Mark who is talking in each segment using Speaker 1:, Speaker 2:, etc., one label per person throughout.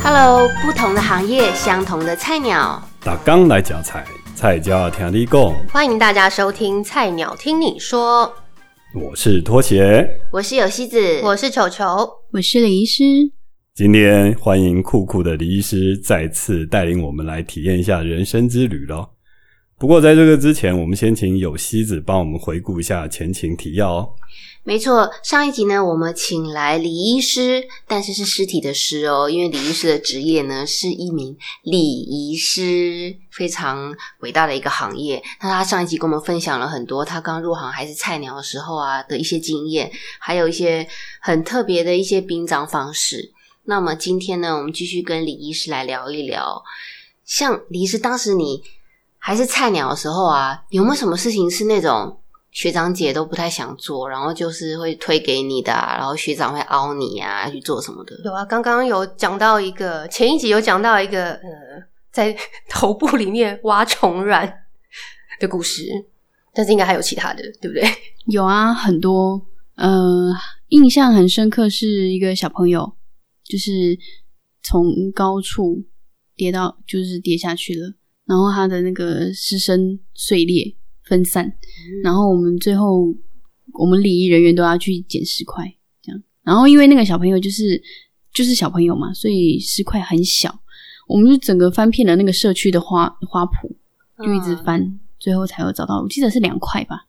Speaker 1: Hello，不同的行业，相同的菜鸟，
Speaker 2: 打刚来夹菜，菜就要听你讲。
Speaker 1: 欢迎大家收听《菜鸟听你说》，
Speaker 2: 我是拖鞋，
Speaker 1: 我是有西子，我是球球。
Speaker 3: 我是李医师，
Speaker 2: 今天欢迎酷酷的李医师再次带领我们来体验一下人生之旅喽。不过在这个之前，我们先请有西子帮我们回顾一下前情提要哦。
Speaker 1: 没错，上一集呢，我们请来李医师，但是是尸体的尸哦，因为李医师的职业呢是一名礼仪师，非常伟大的一个行业。那他上一集跟我们分享了很多他刚入行还是菜鸟的时候啊的一些经验，还有一些很特别的一些殡葬方式。那么今天呢，我们继续跟李医师来聊一聊，像李医师当时你还是菜鸟的时候啊，有没有什么事情是那种学长姐都不太想做，然后就是会推给你的、啊，然后学长会凹你啊去做什么的？
Speaker 4: 有啊，刚刚有讲到一个，前一集有讲到一个，呃，在头部里面挖虫卵的故事，但是应该还有其他的，对不对？
Speaker 3: 有啊，很多，呃，印象很深刻是一个小朋友，就是从高处跌到，就是跌下去了，然后他的那个尸身碎裂分散，然后我们最后我们礼仪人员都要去捡尸块，这样，然后因为那个小朋友就是就是小朋友嘛，所以尸块很小，我们就整个翻遍了那个社区的花花圃，就一直
Speaker 1: 嗯
Speaker 3: 翻，最后才有找到，我记得是两块吧。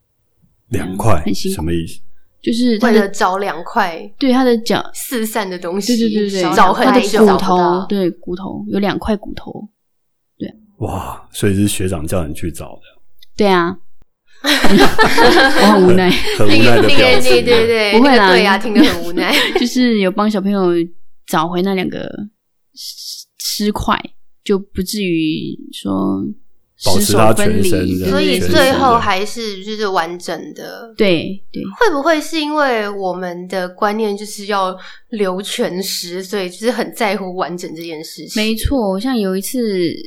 Speaker 2: 两块
Speaker 4: 嗯
Speaker 3: 很辛苦
Speaker 2: 什么意思？
Speaker 3: 就是他
Speaker 4: 为了
Speaker 3: 的
Speaker 4: 找两块
Speaker 3: 对他的脚，
Speaker 4: 四散的东
Speaker 3: 对
Speaker 4: 西，
Speaker 3: 对对对，
Speaker 4: 找
Speaker 3: 他
Speaker 4: 很
Speaker 3: 的
Speaker 4: 久
Speaker 3: 骨
Speaker 4: 找不
Speaker 3: 头，
Speaker 4: 到。
Speaker 3: 对骨头有两块骨头，
Speaker 2: 哇，所以是学长叫你去找的，
Speaker 3: 对 啊，我很无奈，
Speaker 2: 很无奈的
Speaker 4: 那
Speaker 2: 表
Speaker 4: 个 对
Speaker 2: 情。
Speaker 4: 对对，
Speaker 3: 不会
Speaker 4: 那
Speaker 3: 啦
Speaker 4: 个对啊，听得很无奈。
Speaker 3: 就是有帮小朋友找回那两个尸尸块，就不至于说
Speaker 2: 保
Speaker 3: 尸
Speaker 2: 持
Speaker 3: 首
Speaker 2: 他
Speaker 3: 分
Speaker 2: 全
Speaker 3: 离
Speaker 2: 身这样
Speaker 4: 所
Speaker 2: 全
Speaker 4: 以
Speaker 3: 对
Speaker 2: 身
Speaker 4: 最
Speaker 2: 的
Speaker 4: 后还是就是完整的。
Speaker 3: 对对，
Speaker 4: 会不会是因为我们的观念就是要留全尸，所以就是很在乎完整这件事情？
Speaker 3: 没错，我像有一次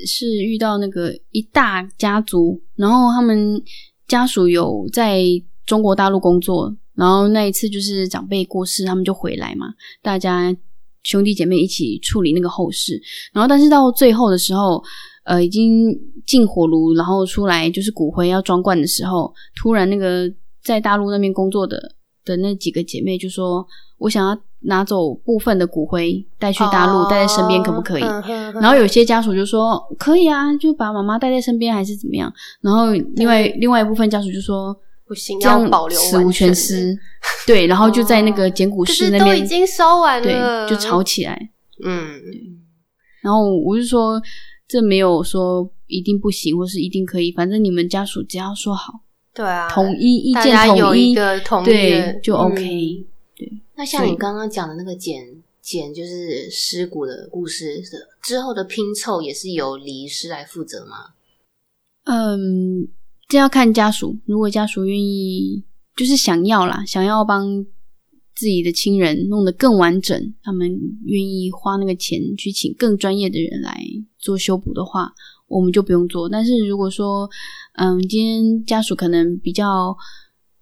Speaker 3: 是遇到那个一大家族，然后他们家属有在中国大陆工作，然后那一次就是长辈过世，他们就回来嘛，大家兄弟姐妹一起处理那个后事，然后但是到最后的时候。呃，已经进火炉，然后出来就是骨灰要装罐的时候，突然那个在大陆那边工作的的那几个姐妹就说：“我想要拿走部分的骨灰带去大陆，
Speaker 4: 哦
Speaker 3: 带在身边，可不可以？”
Speaker 4: 嗯哼哼
Speaker 3: 然后有些家属就说可以啊，就把妈妈带在身边还是怎么样。然后另外另外一部分家属就说
Speaker 4: 不行
Speaker 3: 这样
Speaker 4: 要保留
Speaker 3: 死无全
Speaker 4: 完哦
Speaker 3: 尸，对，然后就在那个捡骨室那
Speaker 4: 就是都
Speaker 3: 边，
Speaker 4: 已经烧完了
Speaker 3: 对，就吵起来。
Speaker 4: 嗯，
Speaker 3: 然后我就说这没有说一定不行，或是一定可以，反正你们家属只要说好，
Speaker 4: 对啊，
Speaker 3: 统一意
Speaker 4: 大
Speaker 3: 见
Speaker 4: 家有
Speaker 3: 统
Speaker 4: 一
Speaker 3: 一，
Speaker 4: 个统一的
Speaker 3: 对，就
Speaker 4: 嗯
Speaker 3: OK。
Speaker 1: 那像
Speaker 3: 对
Speaker 1: 你刚刚讲的那个捡捡就是尸骨的故事之后的拼凑，也是由礼仪师来负责吗？
Speaker 3: 嗯，这要看家属，如果家属愿意，就是想要啦，想要帮自己的亲人弄得更完整，他们愿意花那个钱去请更专业的人来做修补的话，我们就不用做。但是如果说，嗯，今天家属可能比较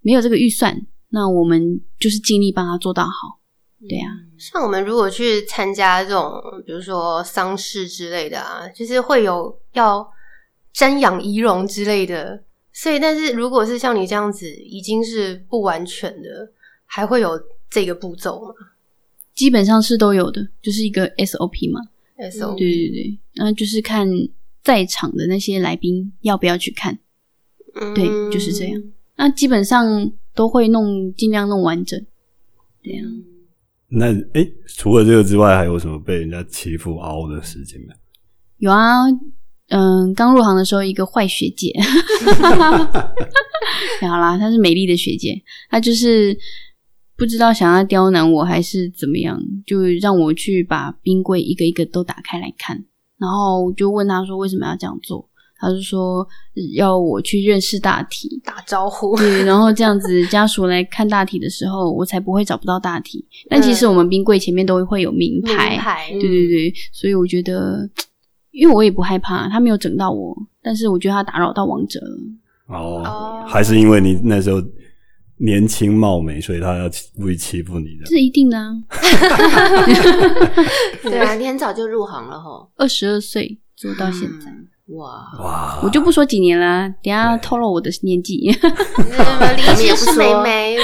Speaker 3: 没有这个预算，那我们就是尽力帮他做到好。对啊，
Speaker 4: 像我们如果去参加这种，比如说丧事之类的啊，就是会有要瞻仰仪容之类的。所以，但是如果是像你这样子，已经是不完全的，还会有这个步骤吗
Speaker 3: 基本上是都有的，就是一个 SOP 嘛。
Speaker 4: ？SO
Speaker 3: 对对对，那就是看在场的那些来宾要不要去看。对
Speaker 4: 嗯
Speaker 3: 就是这样。那基本上都会弄，尽量弄完整。对啊，
Speaker 2: 那哎、诶除了这个之外，还有什么被人家欺负凹的事情吗？
Speaker 3: 有啊，嗯，刚入行的时候，一个坏学姐， 好啦，她是美丽的学姐，她就是不知道想要刁难我还是怎么样，就让我去把冰柜一个一个都打开来看，然后就问她说为什么要这样做，她就说要我去认识大体，
Speaker 4: 打招呼，
Speaker 3: 对，然后这样子家属来看大体的时候，我才不会找不到大体。但其
Speaker 1: 嗯
Speaker 3: 实我们冰柜前面都会有名
Speaker 4: 名
Speaker 3: 牌，
Speaker 4: 牌，
Speaker 3: 对对对，所以我觉得，因为我也不害怕，他没有整到我，但是我觉得他打扰到王者了。
Speaker 2: 哦，
Speaker 4: 哦
Speaker 2: 还是因为你那时候年轻貌美，所以他要欺故意欺负你的。
Speaker 3: 这一定的、啊。
Speaker 1: 对 啊，你很早就入行了吼，
Speaker 3: 二十二岁做到现在，
Speaker 1: 嗯哇，
Speaker 2: 哇，
Speaker 3: 我就不说几年啦，等一下要透露我的年纪。
Speaker 4: 离
Speaker 1: 我们也
Speaker 4: 职
Speaker 1: 不
Speaker 4: 嗯是
Speaker 1: 说
Speaker 4: 美眉，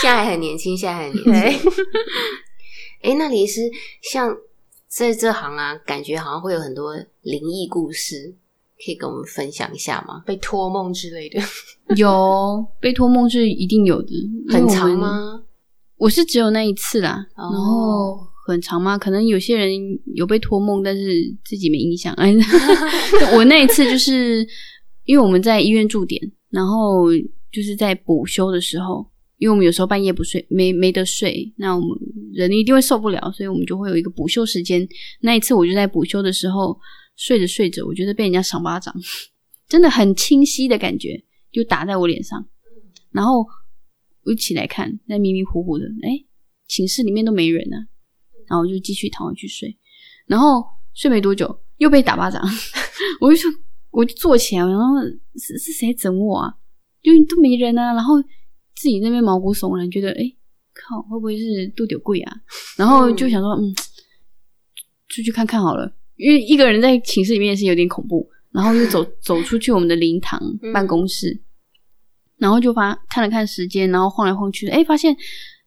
Speaker 1: 现在还很年轻，现在还很年
Speaker 4: 对
Speaker 1: 轻。，哎，那李医师像在这行啊，感觉好像会有很多灵异故事，可以跟我们分享一下吗？
Speaker 4: 被托梦之类的，
Speaker 3: 有被托梦是一定有的，因为
Speaker 1: 很
Speaker 3: 我
Speaker 1: 长
Speaker 3: 们？
Speaker 4: 嗯
Speaker 1: 吗？
Speaker 3: 我是只有那一次啦，
Speaker 1: 哦
Speaker 3: 然后很长吗？可能有些人有被托梦，但是自己没印象。 哎，我那一次就是因为我们在医院驻点，然后就是在补休的时候，因为我们有时候半夜不睡，没没得睡，那我们人一定会受不了，所以我们就会有一个补休时间。那一次我就在补休的时候睡着睡着，我觉得被人家赏巴掌，真的很清晰的感觉，就打在我脸上。然后我一起来看，那迷迷糊糊的，哎，寝室里面都没人啊，然后我就继续躺回去睡，然后睡没多久又被打巴掌， 我就说，我就坐起来，然后是是谁整我啊？就都没人啊，然后自己那边毛骨悚然，觉得哎靠，会不会是杜丢贵啊？然后就想说，嗯，出去看看好了，因为一个人在寝室里面也是有点恐怖。然后就走走出去我们的灵堂
Speaker 4: 嗯
Speaker 3: 办公室，然后就发看了看时间，然后晃来晃去，哎，发现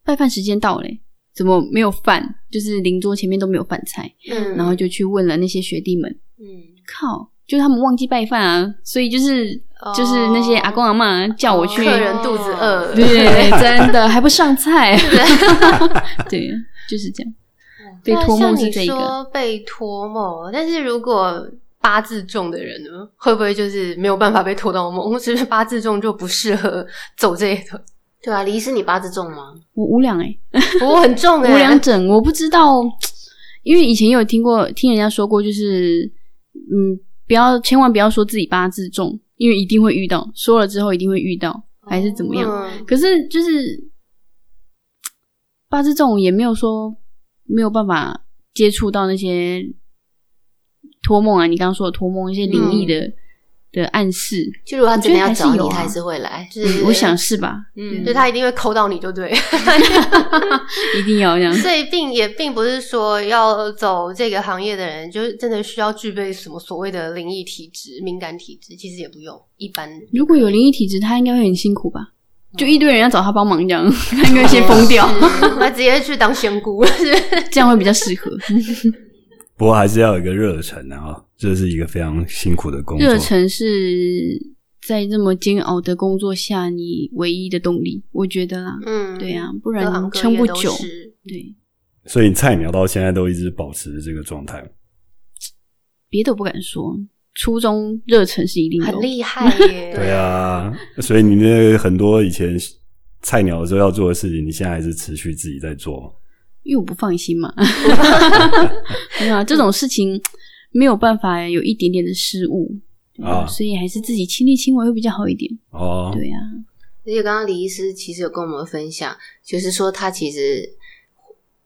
Speaker 3: 拜饭时间到了，诶怎么没有饭？就是邻桌前面都没有饭菜，
Speaker 1: 嗯
Speaker 3: 然后就去问了那些学弟们，
Speaker 1: 嗯，
Speaker 3: 靠，就是他们忘记拜饭啊，所以就是、
Speaker 4: 哦
Speaker 3: 就是那些阿公阿妈叫我
Speaker 1: 哦
Speaker 3: 去，哦
Speaker 4: 客人肚子饿，
Speaker 3: 对对 对，真的还不上菜， 对，就是这样，被
Speaker 4: 那
Speaker 3: 托
Speaker 4: 像
Speaker 3: 梦
Speaker 4: 你
Speaker 3: 是这一个，
Speaker 4: 说被托梦，但是如果八字重的人呢，会不会就是没有办法被托到梦？是不是八字重就不适合走这一条？
Speaker 1: 对啊，李医师你八字重吗？
Speaker 3: 我无良哎、诶
Speaker 4: 我很重哎、
Speaker 3: 无良枕，我不知道，因为以前有听过听人家说过，就是嗯，不要千万不要说自己八字重，因为一定会遇到，说了之后一定会遇到，还是怎么样？
Speaker 4: 嗯
Speaker 3: 可是就是八字重也没有说没有办法接触到那些托梦啊，你刚刚说的托梦一些灵异的、
Speaker 4: 嗯
Speaker 3: 的暗示，
Speaker 1: 就如果他真的要找
Speaker 3: 我
Speaker 1: 你，
Speaker 3: 觉得还是有啊
Speaker 1: 他还是会来。
Speaker 4: 就是
Speaker 3: 我想，是吧？
Speaker 1: 嗯，
Speaker 4: 就他一定会抠到你就对。
Speaker 3: 一定要这样。
Speaker 4: 所以并也并不是说要走这个行业的人，就是真的需要具备什么所谓的灵异体质、敏感体质，其实也不用，一般人
Speaker 3: 如果有灵异体质，他应该会很辛苦吧？
Speaker 4: 哦
Speaker 3: 就一堆人要找他帮忙，这样他应该会先疯掉，
Speaker 4: 是那直接去当仙姑，是
Speaker 3: 这样会比较适 合。
Speaker 2: 不过还是要有一个热忱啊，这是一个非常辛苦的工作。
Speaker 3: 热忱是在这么煎熬的工作下，你唯一的动力，我觉得啦。
Speaker 4: 嗯，
Speaker 3: 对啊，不
Speaker 4: 各行
Speaker 3: 然
Speaker 4: 各
Speaker 3: 撑
Speaker 4: 业
Speaker 3: 不
Speaker 4: 都
Speaker 3: 久。
Speaker 4: 是
Speaker 3: 对，
Speaker 2: 所以菜鸟到现在都一直保持这个状态。
Speaker 3: 别的我不敢说，初中热忱是一定
Speaker 4: 很
Speaker 3: 嗯有。
Speaker 4: 厉害 耶。
Speaker 2: 对啊，所以你那个很多以前菜鸟的时候要做的事情，你现在还是持续自己在做吗。
Speaker 3: 因为我不放心 嘛。没有啊，这种事情没有办法有一点点的失误
Speaker 2: 啊
Speaker 3: 所以还是自己亲力亲为会比较好一点。
Speaker 2: 哦，
Speaker 3: 对啊，
Speaker 1: 而且刚刚李医师其实有跟我们分享，就是说他其实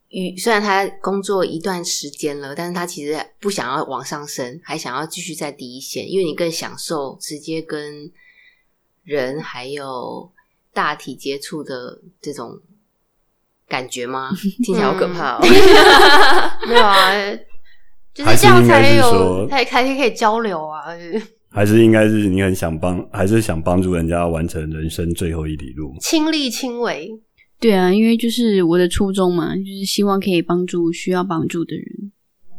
Speaker 1: 与虽然他工作一段时间了，但是他其实不想要往上升，还想要继续在第一线，因为你更享受直接跟人还有大体接触的这种感觉吗？听起来好可怕哦！
Speaker 4: 没有啊，就
Speaker 2: 还
Speaker 4: 是
Speaker 2: 是
Speaker 4: 这样
Speaker 2: 应该
Speaker 4: 才
Speaker 2: 是
Speaker 4: 有
Speaker 2: 说
Speaker 4: 才才可以交流啊。就是
Speaker 2: 还是应该是你很想帮，还是想帮助人家完成人生最后一里路。
Speaker 4: 亲力亲为，
Speaker 3: 对啊，因为就是我的初衷嘛，就是希望可以帮助需要帮助的人。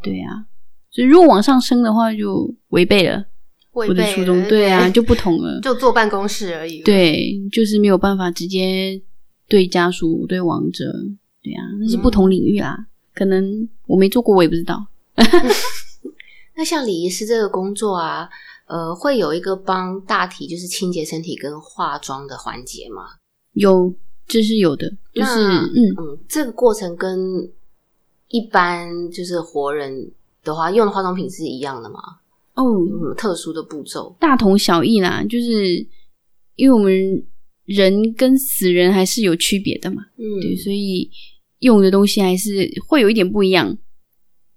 Speaker 3: 对啊，所以如果往上升的话，就违背了
Speaker 4: 我
Speaker 3: 我的初衷。对啊，就不同了。
Speaker 4: 就坐办公室而已。，
Speaker 3: 对，就是没有办法直接对家属、对亡者，对啊，那是不同领域啦。可能我没做过，我也不知道。
Speaker 1: 那像李医师这个工作啊，呃，会有一个帮大体就是清洁身体跟化妆的环节吗？
Speaker 3: 有，这是有的，就是
Speaker 1: 那
Speaker 3: 嗯，
Speaker 1: 嗯，这个过程跟一般就是活人的话用的化妆品是一样的吗？
Speaker 3: 哦，
Speaker 1: 有什么特殊的步骤？
Speaker 3: 大同小异啦，就是因为我们人跟死人还是有区别的嘛。
Speaker 1: 嗯
Speaker 3: 对，所以用的东西还是会有一点不一样。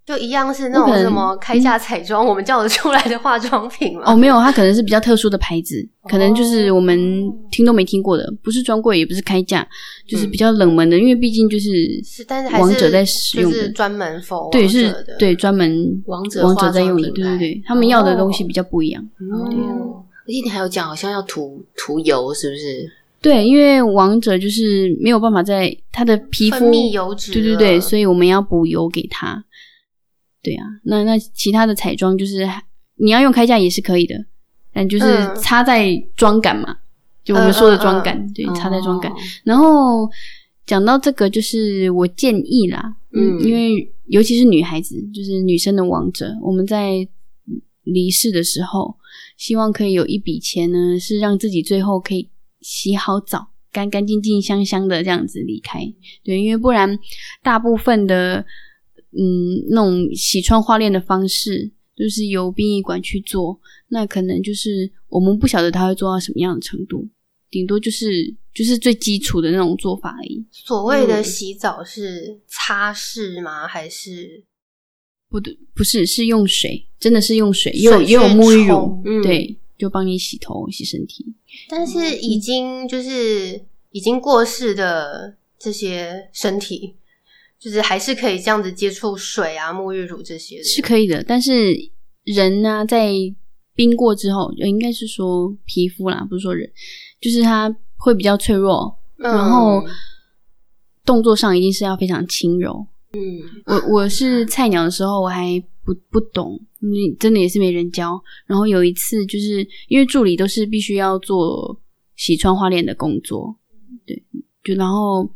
Speaker 4: 就一样是那种
Speaker 3: 我可能嗯
Speaker 4: 什么开价彩妆，我们叫得出来的化妆品嘛。
Speaker 3: 哦，没有，它可能是比较特殊的牌子，
Speaker 4: 哦
Speaker 3: 可能就是我们听都没听过的，不是专柜，也不是开价，就是比较冷门的，因为毕竟就是
Speaker 4: 嗯是，但是还是
Speaker 3: 王者在使用
Speaker 4: 就
Speaker 3: 的
Speaker 4: 是，专门 for
Speaker 3: 对，
Speaker 4: 王者
Speaker 3: 是
Speaker 4: 的，
Speaker 3: 对专门
Speaker 1: 王者
Speaker 3: 王者在用
Speaker 1: 化
Speaker 3: 的，
Speaker 1: 妆
Speaker 3: 对
Speaker 1: 品牌
Speaker 3: 对对，他们要的东
Speaker 4: 哦
Speaker 3: 西比较不一样。
Speaker 1: 嗯而且你还有讲，好像要涂涂油，是不是？
Speaker 3: 对，因为王者就是没有办法在他的皮
Speaker 4: 分
Speaker 3: 肤
Speaker 4: 泌油脂
Speaker 3: 对对
Speaker 4: 了
Speaker 3: 对，所以我们要补油给它。对啊，那那其他的彩妆就是你要用开架也是可以的，但就是
Speaker 4: 嗯
Speaker 3: 擦在妆感嘛，就我们说的妆感，对，擦在妆感。
Speaker 1: 哦
Speaker 3: 然后讲到这个，就是我建议啦，嗯
Speaker 1: 嗯，
Speaker 3: 因为尤其是女孩子，就是女生的王者，我们在离世的时候，希望可以有一笔钱呢，是让自己最后可以洗好澡，干干净净、香香的这样子离开。对，因为不然大部分的嗯那种洗穿花恋的方式，就是由殡仪馆去做，那可能就是我们不晓得他会做到什么样的程度，顶多就是就是最基础的那种做法而已。
Speaker 4: 所谓的
Speaker 1: 嗯
Speaker 4: 洗澡是擦拭吗？还是
Speaker 3: 不对，不是是用水，真的是用水，也有
Speaker 4: 水
Speaker 3: 也有沐浴
Speaker 4: 去
Speaker 3: 乳
Speaker 4: 冲，
Speaker 1: 嗯
Speaker 3: 对，就帮你洗头、洗身体。
Speaker 4: 但
Speaker 3: 嗯
Speaker 4: 是已经就是已经过世的这些身体，就是还是可以这样子接触水啊、沐浴乳这些的。
Speaker 3: 是可以的，但是人呢、在冰过之后，呃应该是说皮肤啦，不是说人，就是它会比较脆弱，
Speaker 4: 嗯
Speaker 3: 然后动作上一定是要非常轻柔。
Speaker 1: 嗯，
Speaker 3: 我我是菜鸟的时候，我还不不懂，因为真的也是没人教。然后有一次，就是因为助理都是必须要做洗穿花脸的工作，对，就然后，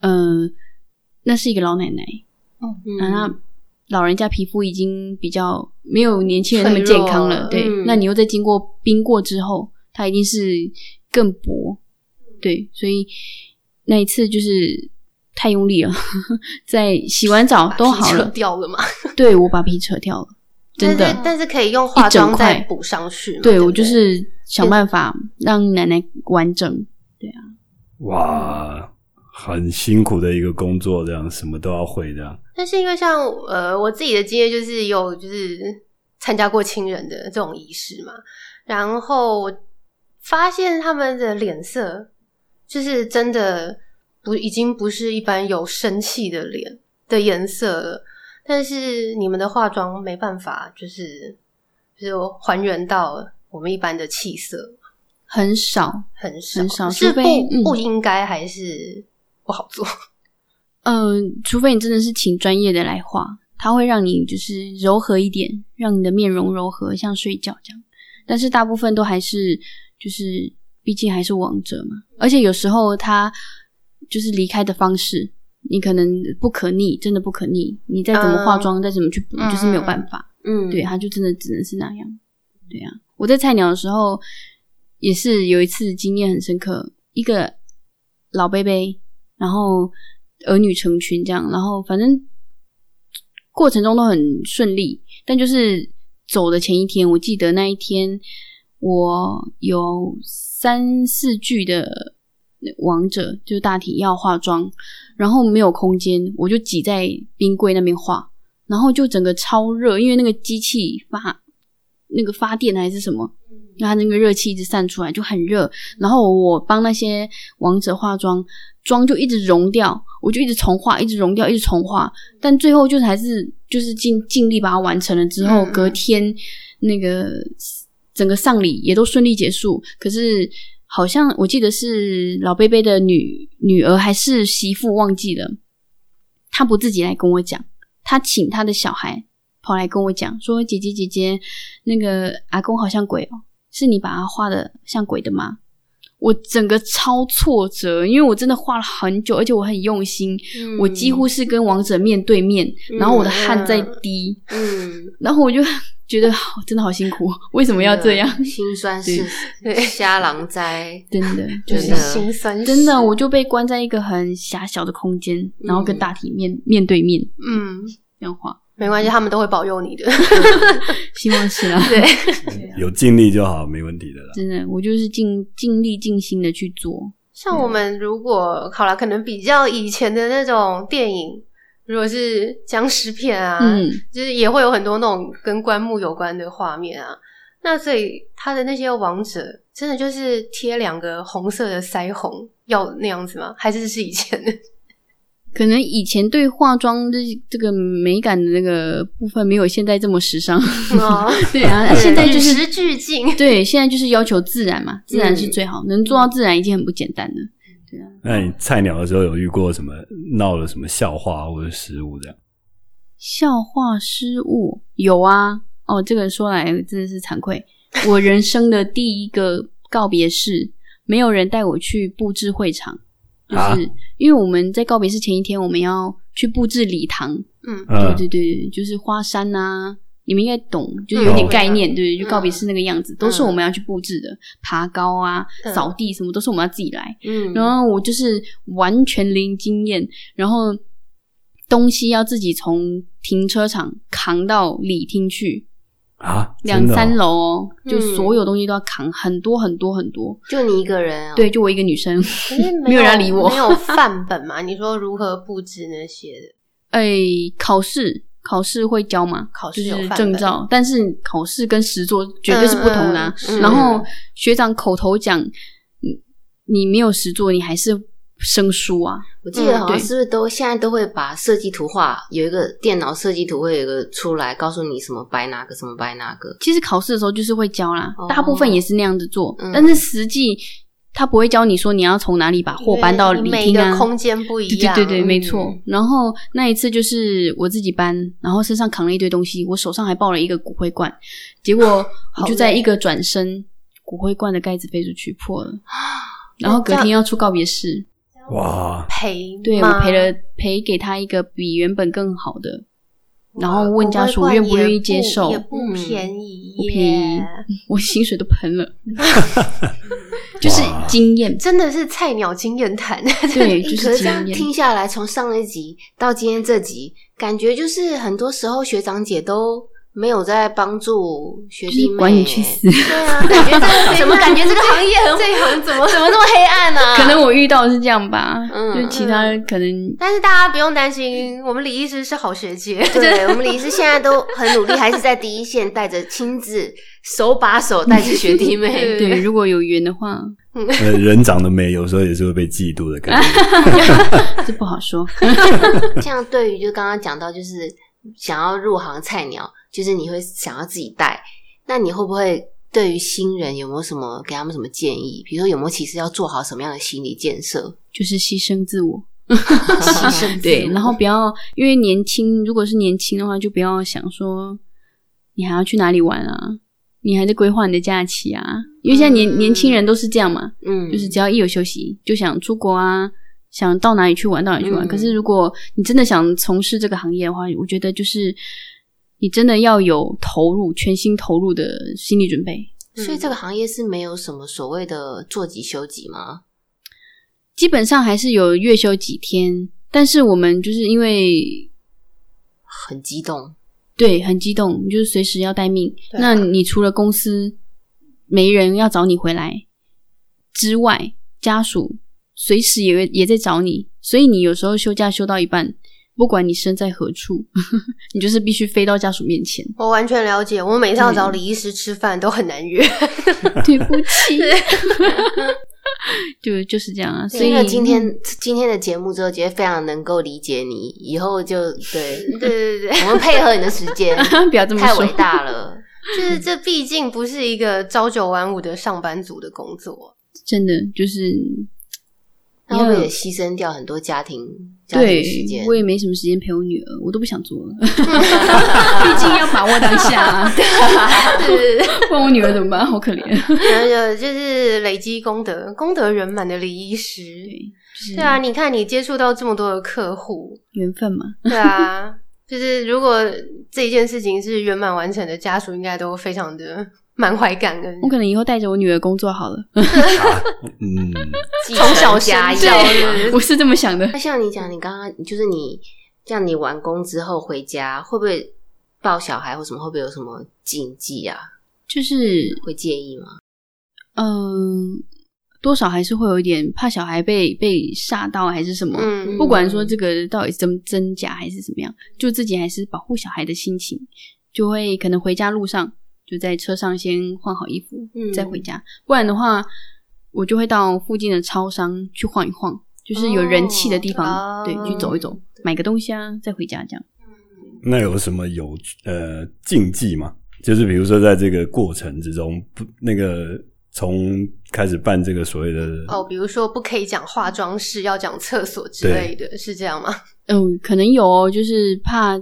Speaker 3: 嗯、那是一个老奶奶，
Speaker 1: 哦
Speaker 3: 啊，那
Speaker 1: 嗯
Speaker 3: 老人家皮肤已经比较没有年轻人那么健康了，
Speaker 4: 脆
Speaker 3: 对
Speaker 1: 弱。嗯
Speaker 3: 那你又再经过冰过之后，它一定是更薄，对。所以那一次就是太用力了， 在洗完澡
Speaker 4: 把
Speaker 3: 都
Speaker 4: 皮
Speaker 3: 好
Speaker 4: 扯
Speaker 3: 了，
Speaker 4: 掉了嘛？
Speaker 3: 对我把皮扯掉了， 真
Speaker 4: 但是
Speaker 3: 的。
Speaker 4: 但是可以用化妆
Speaker 3: 一
Speaker 4: 再
Speaker 3: 整块
Speaker 4: 补上去嘛。对
Speaker 3: 对
Speaker 4: 不对
Speaker 3: 我就是想办法让奶奶完整，嗯
Speaker 2: 哇，很辛苦的一个工作，这样什么都要会这样。
Speaker 4: 但是因为像呃我自己的经验就是有就是参加过亲人的这种仪式嘛，然后我发现他们的脸色就是真的不已经不是一般有生气的脸的颜色了，但是你们的化妆没办法就是就是还原到我们一般的气色，
Speaker 3: 很少。
Speaker 4: 很少
Speaker 3: 很少
Speaker 4: 是
Speaker 3: 除
Speaker 4: 不、
Speaker 3: 非嗯
Speaker 4: 不应该还是不好做，
Speaker 3: 嗯、除非你真的是请专业的来画，它会让你就是柔和一点，让你的面容柔和，像睡觉这样。但是大部分都还是就是，毕竟还是王者嘛。而且有时候他就是离开的方式，你可能不可逆，真的不可逆。你再怎么化妆，再怎么去补，
Speaker 4: 嗯
Speaker 3: 就是没有办法。
Speaker 1: 嗯，
Speaker 3: 对，，他就真的只能是那样。对啊，我在菜鸟的时候也是有一次经验很深刻，一个老贝贝，然后儿女成群这样，然后反正过程中都很顺利，但就是走的前一天，我记得那一天我有三四句的王者，就是大体要化妆，然后没有空间，我就挤在冰柜那边化，然后就整个超热，因为那个机器发那个发电还是什么。
Speaker 4: 嗯
Speaker 3: 那它那个热气一直散出来，就很热。然后我帮那些王者化妆，妆就一直融掉，我就一直重画，一直融掉，一直重画。但最后就是还是就是尽尽力把它完成了之后，
Speaker 4: 嗯
Speaker 3: 隔天那个整个丧礼也都顺利结束。可是好像我记得是老贝贝的女女儿还是媳妇忘记了，她不自己来跟我讲，她请她的小孩跑来跟我讲说：“姐姐姐姐，那个阿公好像鬼哦，是你把他画的像鬼的吗？”我整个超挫折，因为我真的画了很久，而且我很用心，我几乎是跟王者面对面，
Speaker 1: 嗯
Speaker 3: 然后我的汗在滴，
Speaker 1: 嗯，
Speaker 3: 然后我就觉得好真的好辛苦， 为什么要这样？
Speaker 1: 心酸是
Speaker 4: 对
Speaker 1: 瞎狼灾，
Speaker 3: 真的就
Speaker 1: 真
Speaker 3: 是
Speaker 1: 的
Speaker 4: 心酸史，
Speaker 3: 真的，我就被关在一个很狭小的空间，然后跟大体面面对面
Speaker 4: 嗯。
Speaker 3: 这样画，
Speaker 4: 没关系，他们都会保佑你的。
Speaker 3: 希望是啊，
Speaker 4: 对，
Speaker 2: 有尽力就好，没问题的啦。
Speaker 3: 真的，我就是尽尽力尽心的去做，
Speaker 4: 像我们如果好了，可能比较以前的那种电影，如果是僵尸片啊，
Speaker 3: 嗯，
Speaker 4: 就是也会有很多那种跟棺木有关的画面啊。那所以他的那些王者，真的就是贴两个红色的腮红，要那样子吗？还是是以前的？
Speaker 3: 可能以前对化妆这这个美感的那个部分没有现在这么时尚，
Speaker 4: 哦
Speaker 3: 对啊，啊现在就
Speaker 4: 与
Speaker 3: 是
Speaker 4: 时俱进。嗯
Speaker 3: 对，现在就是要求自然嘛，自然是最好，能做到自然已经很不简单了。
Speaker 2: 那你菜鸟的时候有遇过什么闹了什么笑话或者失误这样？
Speaker 3: 笑话失误有啊，哦，这个说来真的是惭 愧，我人生的第一个告别式，没有人带我去布置会场，就是、
Speaker 2: 啊
Speaker 3: 因为我们在告别式前一天，我们要去布置礼堂，
Speaker 4: 嗯，
Speaker 2: 嗯，
Speaker 3: 对对对，就是花山呐、你们应该懂，就是有点概
Speaker 2: 嗯
Speaker 3: 念，对对，就告别式那个样子，都是我们要去布置的，爬高啊、
Speaker 4: 嗯
Speaker 3: 扫地什么都是我们要自己来。
Speaker 1: 嗯
Speaker 3: 然后我就是完全零经验，然后东西要自己从停车场扛到里厅去，
Speaker 2: 啊，
Speaker 3: 两三
Speaker 2: 真的哦
Speaker 3: 楼哦，
Speaker 4: 嗯
Speaker 3: 就所有东西都要扛，很多很多很多。
Speaker 1: 就你一个人哦，
Speaker 3: 对，就我一个女 生，
Speaker 4: 可 是
Speaker 3: 没有人理我
Speaker 4: 没有范本嘛？你说如何布置那些的？
Speaker 3: 哎，考试考试会教嘛？
Speaker 4: 考
Speaker 3: 就
Speaker 4: 试有
Speaker 3: 是
Speaker 4: 范
Speaker 3: 证
Speaker 4: 本
Speaker 3: 照，但是考试跟实作绝对是不同的、啊。
Speaker 4: 嗯嗯是
Speaker 3: 然后学长口头讲，你你没有实作，你还是生疏啊。
Speaker 1: 我记得好像
Speaker 3: 嗯对
Speaker 1: 是不是都现在都会把设计图画有一个电脑设计图会有一个出来，告诉你什么摆哪个，什么摆哪个。
Speaker 3: 其实考试的时候就是会教啦，
Speaker 1: 哦
Speaker 3: 大部分也是那样子做，
Speaker 1: 嗯
Speaker 3: 但是实际他不会教你说你要从哪里把货搬到礼
Speaker 4: 因为每
Speaker 3: 厅啊
Speaker 4: 个。空间不一
Speaker 3: 对对
Speaker 4: 样，
Speaker 3: 对对，
Speaker 4: 嗯
Speaker 3: 没错。然后那一次就是我自己搬，然后身上扛了一堆东西，我手上还抱了一个骨灰罐，结果我就在一个转身，骨灰罐的盖子飞出去破了，然后隔天要出告别式，
Speaker 2: 哇，
Speaker 4: 赔吗，
Speaker 3: 对我赔了赔给他一个比原本更好的，然后问家属愿不愿意接受嗯
Speaker 4: 也不便宜
Speaker 3: 不
Speaker 4: 耶，
Speaker 3: 便宜我薪水都喷了，就是
Speaker 2: 哇
Speaker 3: 经验，
Speaker 4: 真的是菜鸟经验谈。
Speaker 3: 对，就
Speaker 1: 诶可是这
Speaker 3: 经
Speaker 1: 样
Speaker 3: 验。
Speaker 1: 听下来，从上一集到今天这集，感觉就是很多时候学长姐都没有在帮助学弟妹。
Speaker 3: 管你去死！
Speaker 1: 对啊，感觉这个 怎么感觉这个行业很
Speaker 4: 这一行怎么？
Speaker 1: 怎么这么黑暗呢、
Speaker 3: 可能我遇到的是这样吧，
Speaker 1: 嗯
Speaker 3: 就其他 可能
Speaker 4: 但是大家不用担心，我们李医师是好学姐。
Speaker 1: 对我们李医师现在都很努力，还是在第一线，带着亲自手把手带着学弟妹。
Speaker 3: 对，如果有缘的话，
Speaker 2: 呃，人长得美，有时候也是会被嫉妒的感觉。
Speaker 3: 这不 好说。
Speaker 1: 这样对于就刚刚讲到，就是想要入行菜鸟，就是你会想要自己带，那你会不会对于新人有没有什么给他们什么建议？比如说有没有其实要做好什么样的心理建设？
Speaker 3: 就是牺牲自我，
Speaker 1: 牺牲
Speaker 3: 对，然后不要因为年轻，如果是年轻的话，就不要想说你还要去哪里玩啊，你还在规划你的假期啊，因为现在年、
Speaker 4: 嗯
Speaker 3: 年轻人都是这样嘛，
Speaker 1: 嗯，
Speaker 3: 就是只要一有休息就想出国啊，想到哪里去玩到哪里去玩。
Speaker 1: 嗯
Speaker 3: 可是如果你真的想从事这个行业的话，我觉得就是你真的要有投入、全心投入的心理准备。
Speaker 1: 所以这个行业是没有什么所谓的做几休几吗？
Speaker 3: 基本上还是有月休几天，但是我们就是因为
Speaker 1: 很激动，
Speaker 3: 对，很激动，你就是随时要待命。
Speaker 4: 对啊
Speaker 3: 那你除了公司没人要找你回来之外，家属随时也会也在找你，所以你有时候休假休到一半，不管你身在何处， 你就是必须飞到家属面 前。
Speaker 4: 我完全了解，我每次要找李医师吃饭都很 难约。
Speaker 3: 对不起， 就就是这样啊。所
Speaker 1: 所以
Speaker 3: 以
Speaker 1: 今天今天的节目之后，觉得非常能够理解你，以后就对
Speaker 4: 对对对，
Speaker 1: 我们配合你的时间，
Speaker 3: 不要这么
Speaker 1: 太
Speaker 3: 说
Speaker 1: 伟大了。
Speaker 4: 就是这毕竟不是一个朝九晚五的上班族的工作。
Speaker 3: 真的就是
Speaker 1: 那会不会
Speaker 4: 嗯
Speaker 3: 要
Speaker 1: 也牺牲掉很多家庭家庭
Speaker 3: 对
Speaker 1: 时间？
Speaker 3: 我也没什么时间陪我女儿，我都不想做 了，毕竟要把握当下啊。
Speaker 4: 对对
Speaker 3: 问我女儿怎么办？好可 怜。
Speaker 4: 对，就是累积功德，功德圆满的李医师。
Speaker 3: 对，就是
Speaker 4: 对啊，你看你接触到这么多的客户，
Speaker 3: 缘分嘛。
Speaker 4: 对啊，就是如果这一件事情是圆满完成的，家属应该都非常的满怀感恩
Speaker 3: 我。可能以后带着我女儿工作好了，
Speaker 2: 嗯，
Speaker 4: 从小
Speaker 1: 继承家
Speaker 4: 生
Speaker 1: 业
Speaker 4: 对
Speaker 1: 嘛
Speaker 4: 嗯
Speaker 3: 我是这么想的。
Speaker 1: 那像你讲，你刚刚就是你，像你完工之后回家，会不会抱小孩或什么？会不会有什么禁忌啊？
Speaker 3: 就是
Speaker 1: 会介意吗？
Speaker 3: 嗯、多少还是会有一点怕小孩被被吓到还是什么。
Speaker 4: 嗯
Speaker 3: 不管说这个到底是真真假还是怎么样，就自己还是保护小孩的心情，就会可能回家路上就在车上先换好衣服，
Speaker 4: 嗯
Speaker 3: 再回家。不然的话，我就会到附近的超商去晃一晃，就是有人气的地方，
Speaker 4: 哦
Speaker 3: 对，去走一走，买个东西啊，再回家这样。
Speaker 2: 那有什么有呃禁忌吗？就是比如说在这个过程之中，不那个从开始办这个所谓的
Speaker 4: 哦，比如说不可以讲化妆室，要讲厕所之类的，是这样吗？
Speaker 3: 嗯，可能有哦，就是怕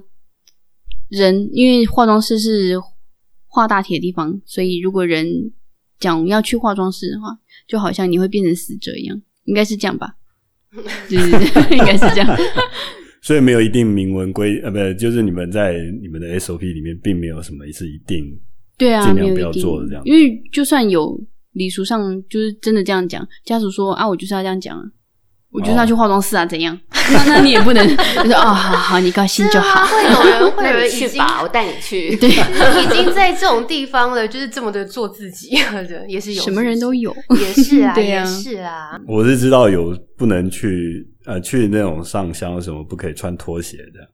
Speaker 3: 人，因为化妆师是画大体的地方，所以如果人讲要去化妆室的话，就好像你会变成死者一样，应该是这 样吧？对对对，应该是这样。
Speaker 2: 所以没有一定明文规，呃，不，就是你们在你们的 SOP 里面并没有什么是一定，
Speaker 3: 对啊，
Speaker 2: 尽
Speaker 3: 没
Speaker 2: 量
Speaker 3: 有
Speaker 2: 不要
Speaker 3: 一定
Speaker 2: 做这样
Speaker 3: 因为就算有礼俗上就是真的这样讲，家属说啊，我就是要这样讲啊。我
Speaker 2: 哦
Speaker 3: 就是要去化妆室啊，怎样？ 那那你也不能就说啊、好好，你高兴就
Speaker 2: 啊
Speaker 3: 好。
Speaker 4: 啊 会 有人会
Speaker 1: 那
Speaker 4: 有人
Speaker 1: 你
Speaker 4: 已
Speaker 1: 去
Speaker 4: 经
Speaker 1: 吧，我带你去。
Speaker 3: 对，
Speaker 4: 已经在这种地方了，就是这么的做自己了的，也是有
Speaker 3: 什么人都
Speaker 4: 有，
Speaker 3: 有。
Speaker 4: 也是啊，
Speaker 3: 对啊
Speaker 4: 也是啊，
Speaker 2: 我是知道有不能去呃去那种上香什么不可以穿拖鞋的，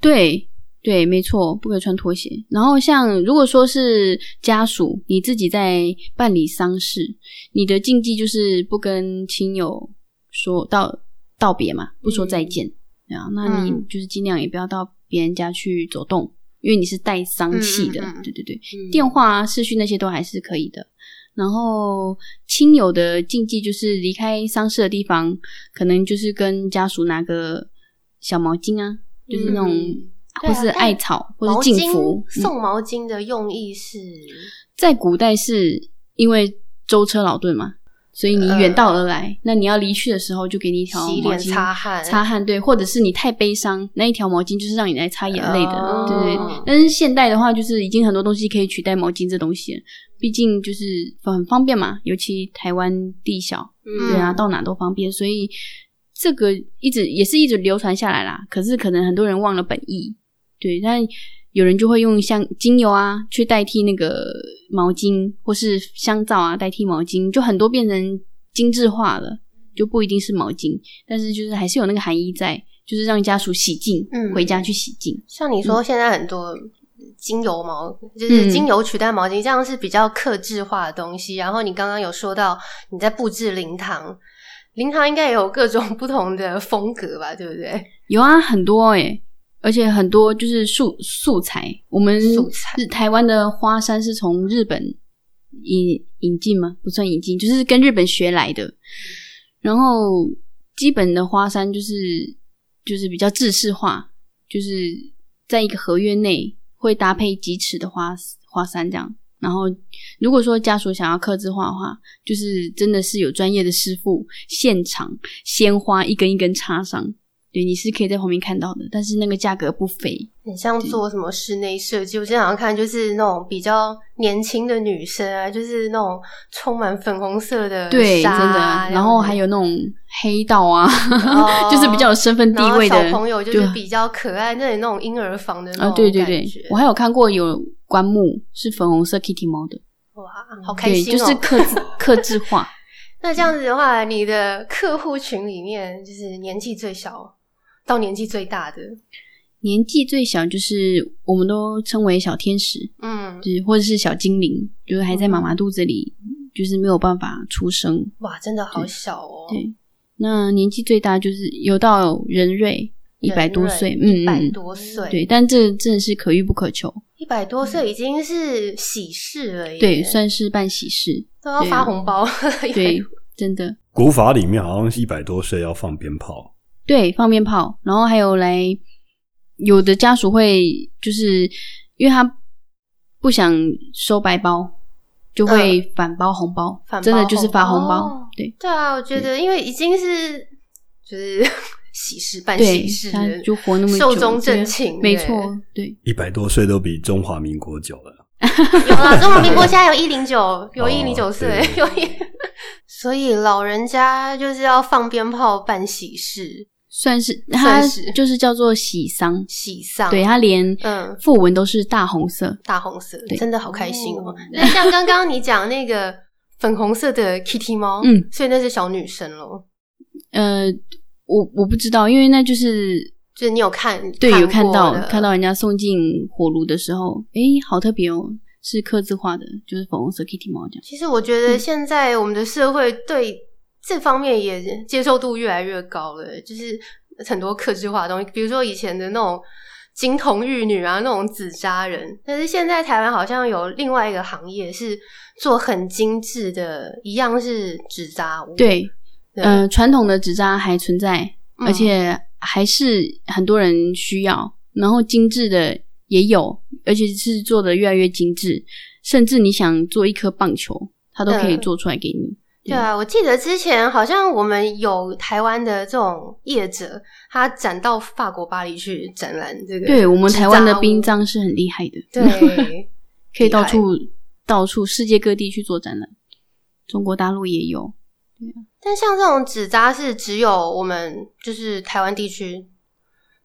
Speaker 3: 对对，没错，不可以穿拖鞋。然后像如果说是家属，你自己在办理丧事，你的禁忌就是不跟亲友说道道别嘛，不说再见。对啊，那你
Speaker 4: 嗯
Speaker 3: 就是尽量也不要到别人家去走动，因为你是带丧气的。
Speaker 4: 嗯嗯嗯
Speaker 3: 对对对，电话啊、视讯那些都还是可以的。然后亲友的禁忌就是离开丧事的地方，可能就是跟家属拿个小毛巾啊，就是那种、
Speaker 4: 嗯
Speaker 3: 或
Speaker 4: 对啊
Speaker 3: 是
Speaker 4: 但
Speaker 3: 艾草或
Speaker 4: 毛
Speaker 3: 是
Speaker 4: 巾
Speaker 3: 净服。嗯
Speaker 4: 送毛巾的用意是，
Speaker 3: 在古代是因为舟车劳顿嘛，所以你远道而来，那你要离去的时候就给你一条
Speaker 4: 呃洗
Speaker 3: 毛
Speaker 4: 脸
Speaker 3: 巾
Speaker 4: 擦汗
Speaker 3: 擦汗对，或者是你太悲伤，那一条毛巾就是让你来擦眼泪的，
Speaker 4: 哦
Speaker 3: 对对对。但是现代的话，就是已经很多东西可以取代毛巾这东西了，毕竟就是很方便嘛，尤其台湾地小，对啊，
Speaker 4: 嗯
Speaker 3: 到哪都方便，所以这个一直也是一直流传下来啦。可是可能很多人忘了本意，对，但有人就会用香精油啊去代替那个毛巾，或是香皂啊代替毛巾，就很多变成精致化了，就不一定是毛巾，但是就是还是有那个含义在，就是让家属洗净，
Speaker 4: 嗯
Speaker 3: 回家去洗净。
Speaker 4: 像你说现在很多。精油毛就是
Speaker 3: 嗯
Speaker 4: 精油取代毛巾，这样是比较克制化的东西。然后你刚刚有说到你在布置灵堂，灵堂应该也有各种不同的风格吧， 对不对？
Speaker 3: 有啊，很多诶、而且很多就是素素材，我们
Speaker 4: 素材
Speaker 3: 日台湾的花衫是从日本引引进吗？不算引进，就是跟日本学来的。然后基本的花衫就是就是比较制式化，就是在一个合约内会搭配几尺的花花衫这样。然后如果说家属想要刻字化的话，就是真的是有专业的师傅现场鲜花一根一根插上，对，你是可以在旁边看到的，但是那个价格不菲。
Speaker 4: 很像做什么室内设计。我经常看就是那种比较年轻的女生啊，就是那种充满粉红色的
Speaker 3: 对，
Speaker 4: 纱
Speaker 3: 真
Speaker 4: 啊
Speaker 3: 的。
Speaker 4: 这样子
Speaker 3: 然后还有那种黑道啊，
Speaker 4: 哦
Speaker 3: 就是比较有身份地
Speaker 4: 然后
Speaker 3: 位的
Speaker 4: 小朋友，就是比较可爱，那里那种婴儿房的那
Speaker 3: 啊，
Speaker 4: 种
Speaker 3: 对对
Speaker 4: 感
Speaker 3: 对
Speaker 4: 觉，
Speaker 3: 我还有看过有棺木是粉红色 Kitty 猫的，
Speaker 4: 哇，好开
Speaker 3: 对，
Speaker 4: 心
Speaker 3: 就
Speaker 4: 哦！
Speaker 3: 是刻字刻字化。
Speaker 4: 那这样子的话，你的客户群里面就是年纪最小到年纪最大的，
Speaker 3: 年纪最小就是我们都称为小天使，
Speaker 4: 嗯，
Speaker 3: 就是或者是小精灵，就是还在妈妈肚子里，就是没有办法出生。
Speaker 4: 哇，真的好小哦，
Speaker 3: 对，那年纪最大就是有到人瑞一百多岁，嗯
Speaker 4: 一百
Speaker 3: 嗯，
Speaker 4: 多岁，
Speaker 3: 对，，但这真的是可遇不可求，
Speaker 4: 一百多岁已经是喜事了耶，
Speaker 3: 对，算是办喜事，
Speaker 4: 都要
Speaker 3: 对
Speaker 4: 发
Speaker 3: 啊
Speaker 4: 红包，
Speaker 3: 对，真的。
Speaker 2: 古法里面好像一百多岁要放鞭炮，
Speaker 3: 对，放鞭炮，然后还有来，有的家属会就是因为他不想收白包，就会反包红包，
Speaker 4: 嗯反包
Speaker 3: 真的就是发
Speaker 4: 红
Speaker 3: 红包，
Speaker 4: 包哦
Speaker 3: 对
Speaker 4: 对啊，我觉得因为已经是就是 喜事办
Speaker 3: 对
Speaker 4: 喜事，
Speaker 3: 他
Speaker 4: 了，
Speaker 3: 就活那么久，啊
Speaker 4: 寿终正寝，
Speaker 3: 没
Speaker 4: 对
Speaker 3: 错，对，
Speaker 2: 一百多岁都比中华民国久了。
Speaker 4: 有啦，中华民国现在有一零九，有
Speaker 2: 哦
Speaker 4: 一零九岁
Speaker 2: 对，
Speaker 4: 有一，所以老人家就是要放鞭炮办喜事、
Speaker 3: 算是他
Speaker 4: 算是
Speaker 3: 就是叫做喜丧，
Speaker 4: 喜丧，
Speaker 3: 对他连
Speaker 4: 嗯
Speaker 3: 副文都是大红色，
Speaker 4: 大红色，
Speaker 3: 对
Speaker 4: 真的好开心哦
Speaker 1: 哦。
Speaker 4: 那像刚刚你讲那个粉红色的 Kitty 猫，
Speaker 3: 嗯，
Speaker 4: 所以那是小女生咯。
Speaker 3: 呃，我我不知道，因为那就是
Speaker 4: 就是你有看，
Speaker 3: 对有看
Speaker 4: 过
Speaker 3: 到
Speaker 4: 的
Speaker 3: 看到人家送进火炉的时候，诶，好特别哦，是刻字化的，就是粉红色 Kitty 猫这样。
Speaker 4: 其实我觉得
Speaker 3: 嗯
Speaker 4: 现在我们的社会对这方面也接受度越来越高了，就是很多克制化的东西，比如说以前的那种金童玉女啊，那种纸扎人，但是现在台湾好像有另外一个行业是做很精致的，一样是纸扎屋，
Speaker 3: 对，
Speaker 4: 对，
Speaker 3: 呃，传统的纸扎还存在，
Speaker 4: 嗯
Speaker 3: 而且还是很多人需要，然后精致的也有，而且是做的越来越精致，甚至你想做一颗棒球，它都可以
Speaker 4: 嗯
Speaker 3: 做出来给你。
Speaker 4: 对啊，我记得之前好像我们有台湾的这种业者，他展到法国巴黎去展览这个，
Speaker 3: 对我们台湾的殡
Speaker 4: 殡，
Speaker 3: 葬是很厉害的，
Speaker 4: 对，
Speaker 3: 可以到处到处世界各地去做展览，中国大陆也有。
Speaker 4: 但像这种纸扎是只有我们就是台湾地区，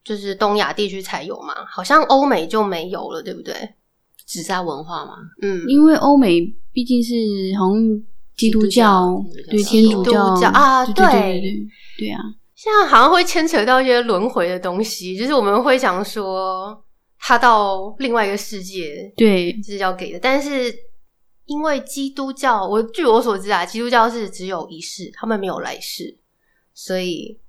Speaker 4: 就是东亚地区才有嘛，好像欧美就没有了，对不对？
Speaker 1: 纸扎文化嘛，
Speaker 4: 嗯，
Speaker 3: 因为欧美毕竟是好像基督教，对
Speaker 1: 基督教
Speaker 3: 天主
Speaker 4: 基督教啊
Speaker 3: 对对对
Speaker 4: 对
Speaker 3: 对对对啊，
Speaker 4: 现在好像会牵扯到一些轮回的东西，就是我们会想说他到另外一个世界
Speaker 3: 对
Speaker 4: 是要给的，但是因为基督教，我据我所知啊，基督教是只有一世，他们没有来世，所以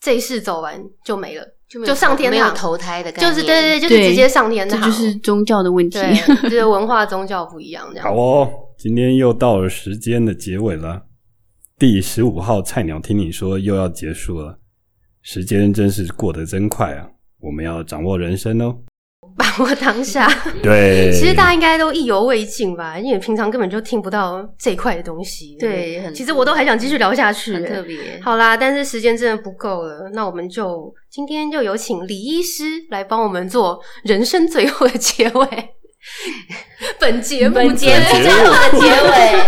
Speaker 4: 这一世走完就没了，
Speaker 1: 就没
Speaker 4: 就
Speaker 1: 有
Speaker 4: 上天
Speaker 1: 没有
Speaker 4: 堂
Speaker 1: 投胎的概
Speaker 4: 就
Speaker 1: 念，
Speaker 4: 是对对，对，就
Speaker 3: 对
Speaker 4: 是直接上天
Speaker 3: 这
Speaker 4: 堂，
Speaker 3: 就是宗教的问题。
Speaker 4: 对， 就是文化宗教不一样这样。
Speaker 2: 好
Speaker 1: 啊
Speaker 2: 哦，今天又到了时间的结尾了。第十五号菜鸟听你说又要结束了，时间真是过得真快啊！我们要掌握人生哦。
Speaker 4: 把握 当下。
Speaker 2: 对，
Speaker 4: 其实大家应该都意犹未尽吧，因为平常根本就听不到这一块的东西。
Speaker 1: 对很
Speaker 4: 其实我都还想继续聊下去。欸
Speaker 1: 很特别。
Speaker 4: 好啦，但是时间真的不够了，那我们就今天就有请李医师来帮我们做人生最后的结 尾。本节目
Speaker 1: 本节目
Speaker 2: 本节
Speaker 1: 这
Speaker 2: 目
Speaker 1: 样的结尾，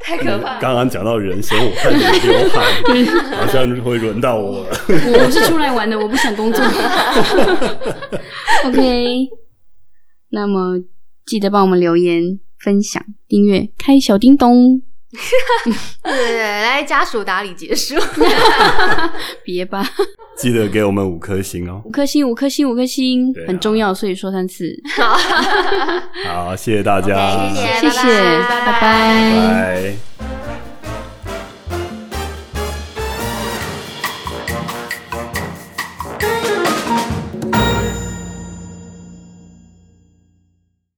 Speaker 4: 太可怕了。
Speaker 2: 刚刚讲到人生，我看你流汗，好像会轮到我了。
Speaker 3: 我我是出来玩的，我不想 工作。OK，那么记得帮我们留言、分享、订阅、开小叮咚，
Speaker 4: 对对对，来家属打理结束。
Speaker 3: 别吧，
Speaker 2: 记得给我们五颗星哦
Speaker 3: 五。颗星，五颗星，五颗星
Speaker 2: 对，啊
Speaker 3: 很重要，所以说三次。
Speaker 2: 好，谢谢大家，
Speaker 1: OK，谢
Speaker 3: 谢谢，
Speaker 1: 拜拜
Speaker 3: 拜
Speaker 2: 拜。